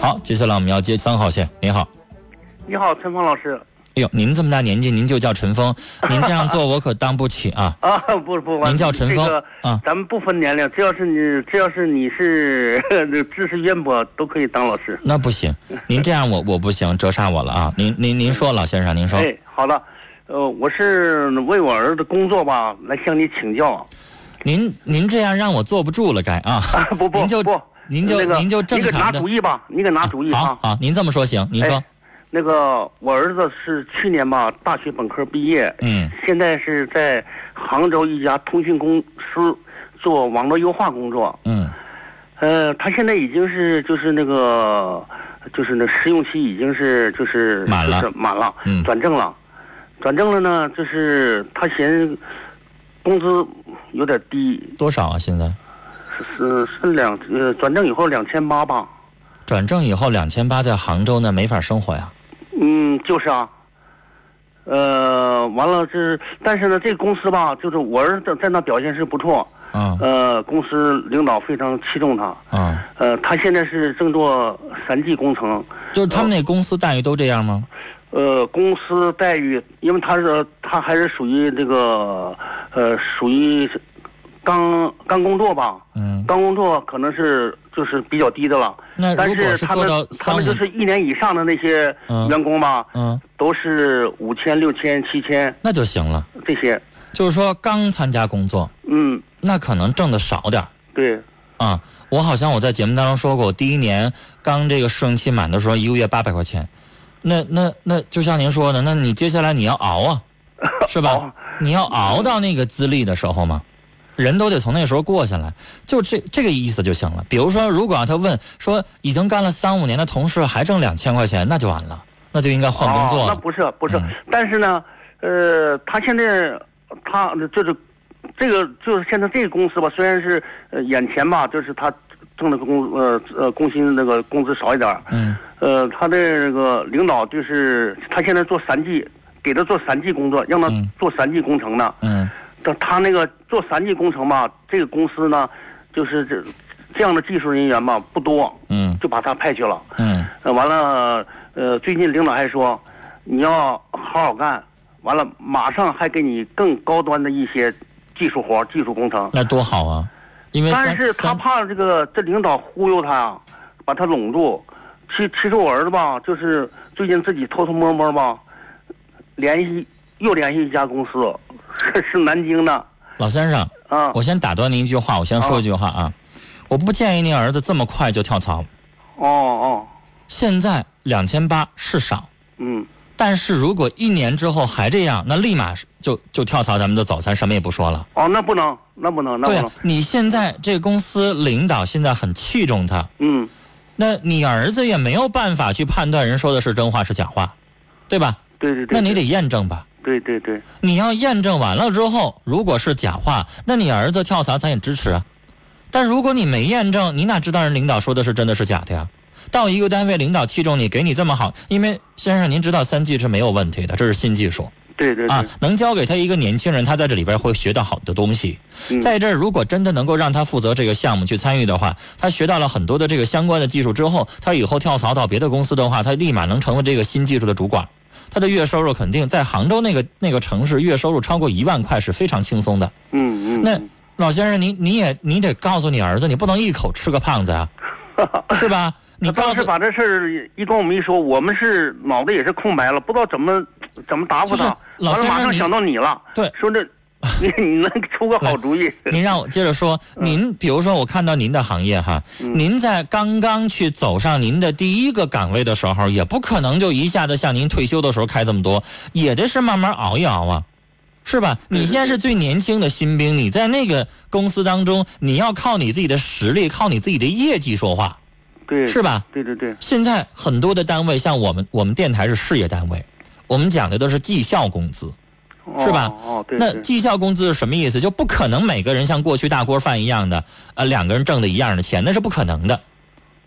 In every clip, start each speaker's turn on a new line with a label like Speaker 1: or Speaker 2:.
Speaker 1: 好，接下来我们要接三号线。您好，
Speaker 2: 你好，陈峰老师。
Speaker 1: 哎呦，您这么大年纪，您就叫陈峰，您这样做我可当不起啊！
Speaker 2: 啊， 不是不是，
Speaker 1: 您叫陈峰
Speaker 2: 这个
Speaker 1: 啊
Speaker 2: 咱们不分年龄，只要是你，只要是你是 知识渊博，都可以当老师。
Speaker 1: 那不行，您这样我我不行，折煞我了啊！您您您说，老先生，您说，
Speaker 2: 哎，好了，呃，我是为我儿子工作吧，来向你请教。
Speaker 1: 您您这样让我坐不住了，该啊！
Speaker 2: 啊，不不
Speaker 1: 您就
Speaker 2: 不，
Speaker 1: 您就
Speaker 2: 那个
Speaker 1: 您就正
Speaker 2: 你给拿
Speaker 1: 常的
Speaker 2: 主意吧，你给拿主意
Speaker 1: 好
Speaker 2: 啊。
Speaker 1: 好，您这么说行，您说
Speaker 2: 哎，那个我儿子是去年吧大学本科毕业，
Speaker 1: 嗯
Speaker 2: 现在是在杭州一家通讯公司做网络优化工作。
Speaker 1: 嗯
Speaker 2: 呃，他现在已经是就是那个，就是那试用期已经是就是
Speaker 1: 满了
Speaker 2: 就是满了，
Speaker 1: 嗯
Speaker 2: 转正了，转正了呢，就是他嫌工资有点低，
Speaker 1: 多少啊？现在
Speaker 2: 是是两呃转正以后两千八吧，
Speaker 1: 转正以后两千八，在杭州那没法生活呀。
Speaker 2: 嗯，就是啊。呃，完了这，但是呢，这公司吧，就是我儿子在那表现是不错，
Speaker 1: 啊
Speaker 2: 呃，公司领导非常器重他，
Speaker 1: 啊，
Speaker 2: 呃，他现在是正做三 G 工程，
Speaker 1: 就是他们那公司待遇都这样吗？
Speaker 2: 呃，公司待遇，因为他是他还是属于这个，呃，属于是刚刚工作吧，
Speaker 1: 嗯，
Speaker 2: 刚工作可能是就是比较低的了，
Speaker 1: 那
Speaker 2: 但
Speaker 1: 如果
Speaker 2: 他
Speaker 1: 做
Speaker 2: 们
Speaker 1: 到
Speaker 2: 他
Speaker 1: 三
Speaker 2: 们
Speaker 1: 五
Speaker 2: 就是一年以上的那些
Speaker 1: 嗯
Speaker 2: 员工吧，
Speaker 1: 嗯，
Speaker 2: 都是五千、六千、七千
Speaker 1: 那就行了。
Speaker 2: 这些，
Speaker 1: 就是说刚参加工作，
Speaker 2: 嗯，
Speaker 1: 那可能挣的少点儿
Speaker 2: 对，
Speaker 1: 啊。我好像我在节目当中说过，我第一年刚这个试用期满的时候，一个月八百块钱。那那那就像您说的，那你接下来你要熬 啊，是吧？
Speaker 2: 熬
Speaker 1: 你要熬到那个资历的时候嘛，人都得从那时候过下来，就这这个意思就行了。比如说，如果要啊他问说已经干了三五年的同事还挣两千块钱，那就完了，那就应该换工
Speaker 2: 哦
Speaker 1: 作了。
Speaker 2: 那不是不是，
Speaker 1: 嗯
Speaker 2: 但是呢，呃，他现在他就是这个就是现在这个公司吧，虽然是呃眼前吧，就是他挣的工呃呃工薪那个工资少一点儿，
Speaker 1: 嗯
Speaker 2: 呃，他的这个领导就是他现在做三 G，给他做三 G 工作，让他
Speaker 1: 嗯
Speaker 2: 做三 G 工程呢。
Speaker 1: 嗯
Speaker 2: 他他那个做三 G 工程吧，这个公司呢，就是这这样的技术人员吧不多，
Speaker 1: 嗯
Speaker 2: 就把他派去了。
Speaker 1: 嗯
Speaker 2: 呃，完了，呃，最近领导还说，你要好好干，完了马上还给你更高端的一些技术活、技术工程。
Speaker 1: 那多好啊！因为
Speaker 2: 但
Speaker 1: 三
Speaker 2: 是他
Speaker 1: 三
Speaker 2: 怕这个这领导忽悠他呀，把他拢住。其其实我儿子吧，就是最近自己偷偷摸摸吧，联系又联系一家公司，是是南京的
Speaker 1: 老先生，
Speaker 2: 啊。
Speaker 1: 我先打断您一句话，我先说一句话啊，我不建议您儿子这么快就跳槽。
Speaker 2: 哦哦，
Speaker 1: 现在两千八是少，
Speaker 2: 嗯，
Speaker 1: 但是如果一年之后还这样，那立马就就跳槽，咱们就走，咱什么也不说了。
Speaker 2: 哦，那不能，那不能，那不
Speaker 1: 对啊呀、
Speaker 2: 能，
Speaker 1: 你现在这个公司领导现在很器重他，
Speaker 2: 嗯，
Speaker 1: 那你儿子也没有办法去判断人说的是真话是假话，对吧？
Speaker 2: 对对对，
Speaker 1: 那你得验证吧。
Speaker 2: 对对对，
Speaker 1: 你要验证完了之后，如果是假话，那你儿子跳槽咱也支持啊。但如果你没验证，你哪知道人领导说的是真的是假的呀？到一个单位，领导器重你，给你这么好，因为先生您知道三 G 是没有问题的，这是新技术
Speaker 2: 对对对，
Speaker 1: 啊，能教给他一个年轻人，他在这里边会学到好的东西。
Speaker 2: 嗯
Speaker 1: 在这儿，如果真的能够让他负责这个项目去参与的话，他学到了很多的这个相关的技术之后，他以后跳槽到别的公司的话，他立马能成为这个新技术的主管。他的月收入肯定在杭州那个那个城市，月收入超过一万块是非常轻松的。
Speaker 2: 嗯嗯，
Speaker 1: 那
Speaker 2: 嗯
Speaker 1: 老先生，你你也你得告诉你儿子，你不能一口吃个胖 子啊，是吧？你
Speaker 2: 他
Speaker 1: 告
Speaker 2: 当
Speaker 1: 诉
Speaker 2: 时把这事儿一跟我们一说，我们是脑袋也是空白了，不知道怎么怎么答复
Speaker 1: 就是
Speaker 2: 他。
Speaker 1: 老
Speaker 2: 完
Speaker 1: 先
Speaker 2: 了，
Speaker 1: 生
Speaker 2: 马上
Speaker 1: 你
Speaker 2: 想到你了，
Speaker 1: 对
Speaker 2: 说这你你能出个好主意？
Speaker 1: 您让我接着说，您比如说我看到您的行业哈，
Speaker 2: 嗯
Speaker 1: 您在刚刚去走上您的第一个岗位的时候，也不可能就一下子像您退休的时候开这么多，也得是慢慢熬一熬啊。是吧？
Speaker 2: 对
Speaker 1: 你现在是最年轻的新兵，你在那个公司当中，你要靠你自己的实力，靠你自己的业绩说话，
Speaker 2: 对，
Speaker 1: 是吧？
Speaker 2: 对对对，
Speaker 1: 现在很多的单位，像我们我们电台是事业单位，我们讲的都是绩效工资。
Speaker 2: 哦
Speaker 1: 是吧
Speaker 2: 哦，对，
Speaker 1: 那
Speaker 2: 对
Speaker 1: 绩效工资是什么意思？就不可能每个人像过去大锅饭一样的，呃，两个人挣的一样的钱，那是不可能的，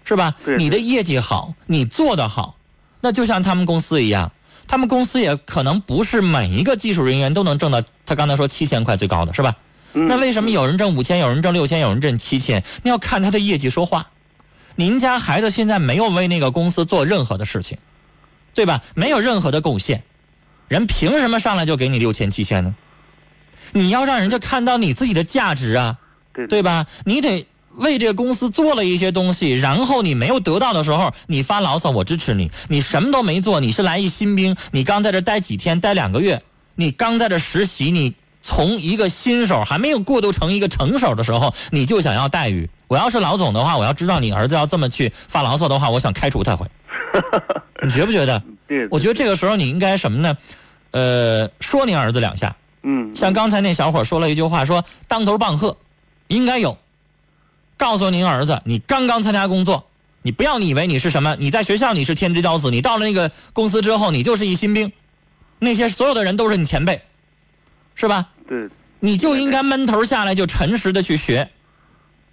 Speaker 1: 是吧？
Speaker 2: 对
Speaker 1: 你的业绩好，你做得好，那就像他们公司一样，他们公司也可能不是每一个技术人员都能挣到他刚才说七千块最高的是吧？
Speaker 2: 嗯
Speaker 1: 那为什么有人挣五千，有人挣六千，有人挣七千？那要看他的业绩说话。您家孩子现在没有为那个公司做任何的事情，对吧？没有任何的贡献，人凭什么上来就给你六千七千呢？你要让人家看到你自己的价值啊，
Speaker 2: 对
Speaker 1: 对吧？你得为这个公司做了一些东西，然后你没有得到的时候，你发牢骚，我支持你。你什么都没做，你是来一新兵，你刚在这待几天，待两个月，你刚在这实习，你从一个新手还没有过渡成一个成手的时候，你就想要待遇。我要是老总的话，我要知道你儿子要这么去发牢骚的话，我想开除他会。你觉不觉得？
Speaker 2: 对，
Speaker 1: 我觉得这个时候你应该什么呢？呃，说你儿子两下，
Speaker 2: 嗯，
Speaker 1: 像刚才那小伙说了一句话，说当头棒喝，应该有。告诉您儿子，你刚刚参加工作，你不要你以为你是什么，你在学校你是天之骄子，你到了那个公司之后，你就是一新兵，那些所有的人都是你前辈，是吧？
Speaker 2: 对，
Speaker 1: 你就应该闷头下来，就诚实的去学，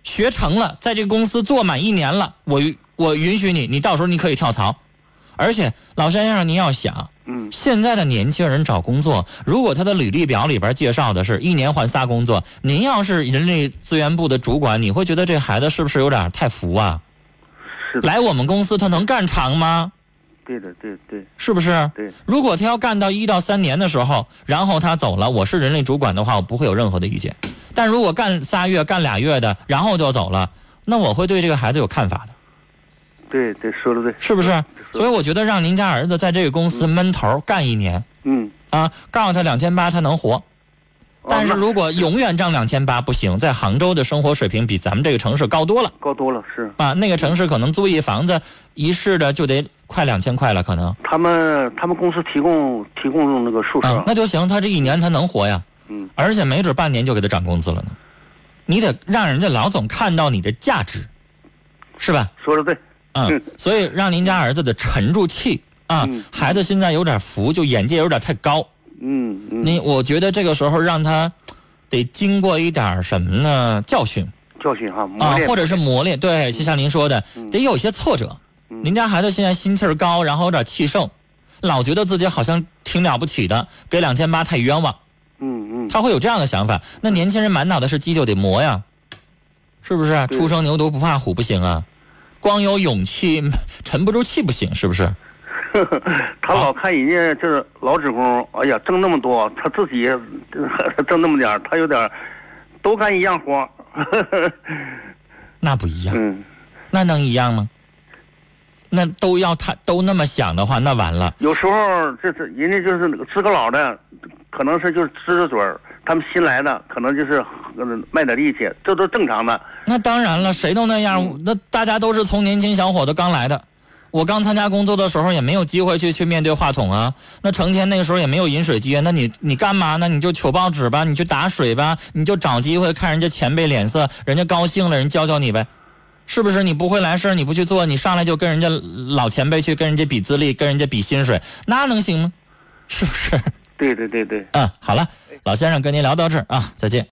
Speaker 1: 学成了，在这个公司做满一年了，我允我允许你，你到时候你可以跳槽。而且老山先生，你要想，
Speaker 2: 嗯，
Speaker 1: 现在的年轻人找工作，如果他的履历表里边介绍的是一年换仨工作，您要是人力资源部的主管，你会觉得这孩子是不是有点太浮啊？
Speaker 2: 是的，
Speaker 1: 来我们公司他能干长吗？
Speaker 2: 对的，对对
Speaker 1: 是不是？
Speaker 2: 对，
Speaker 1: 如果他要干到一到三年的时候，然后他走了，我是人力主管的话，我不会有任何的意见。但如果干仨月、干俩月的，然后就走了，那我会对这个孩子有看法的，
Speaker 2: 对对，说的对，
Speaker 1: 是不是？
Speaker 2: 是
Speaker 1: 所以我觉得让您家儿子在这个公司闷头干一年
Speaker 2: 嗯，
Speaker 1: 啊，告诉他两千八他能活，
Speaker 2: 哦
Speaker 1: 但是
Speaker 2: 那
Speaker 1: 如果永远涨两千八不行，在杭州的生活水平比咱们这个城市高多了
Speaker 2: 高多了是。
Speaker 1: 啊！那个城市可能租一房子一室的就得快两千块了，可能
Speaker 2: 他们他们公司提供提供那个宿
Speaker 1: 啊
Speaker 2: 舍，，
Speaker 1: 那就行，他这一年他能活呀，
Speaker 2: 嗯，
Speaker 1: 而且没准半年就给他涨工资了呢。你得让人家老总看到你的价值，是吧？
Speaker 2: 说的对，
Speaker 1: 嗯
Speaker 2: 是，
Speaker 1: 所以让您家儿子得沉住气啊
Speaker 2: 嗯，
Speaker 1: 孩子现在有点浮，就眼界有点太高。
Speaker 2: 嗯嗯，
Speaker 1: 你我觉得这个时候让他得经过一点儿什么呢？教训。
Speaker 2: 教训哈，磨
Speaker 1: 啊，
Speaker 2: 练
Speaker 1: 或者是磨练，对，就像您说的，
Speaker 2: 嗯
Speaker 1: 得有一些挫折。
Speaker 2: 嗯
Speaker 1: 您家孩子现在心气儿高，然后有点气盛，老觉得自己好像挺了不起的，给两千八太冤枉，
Speaker 2: 嗯嗯，
Speaker 1: 他会有这样的想法。那年轻人满脑袋是鸡就得磨呀，是不是？
Speaker 2: 对
Speaker 1: 初生牛犊不怕虎不行啊，光有勇气沉不住气不行，是不是？
Speaker 2: 他老看人家就是老职工，哎呀，挣那么多，他自己 呃挣那么点儿他有点儿都干一样活儿，
Speaker 1: 那不一样，
Speaker 2: 嗯，
Speaker 1: 那能一样吗？那都要他都那么想的话，那完了。
Speaker 2: 有时候这是人家就是那个知个老的，可能是就是支着嘴儿，他们新来的可能就是呃卖点力气，这都正常的，
Speaker 1: 那当然了，谁都那样。那大家都是从年轻小伙子刚来的。我刚参加工作的时候也没有机会去去面对话筒啊，那成天那个时候也没有饮水机啊，那你你干嘛呢？你就求报纸吧，你去打水吧，你就找机会看人家前辈脸色，人家高兴了，人教教你呗，是不是？你不会来事儿你不去做，你上来就跟人家老前辈去跟人家比资历，跟人家比薪水，那能行吗？是不是？
Speaker 2: 对对对对。
Speaker 1: 嗯，好了，老先生跟您聊到这儿啊，再见。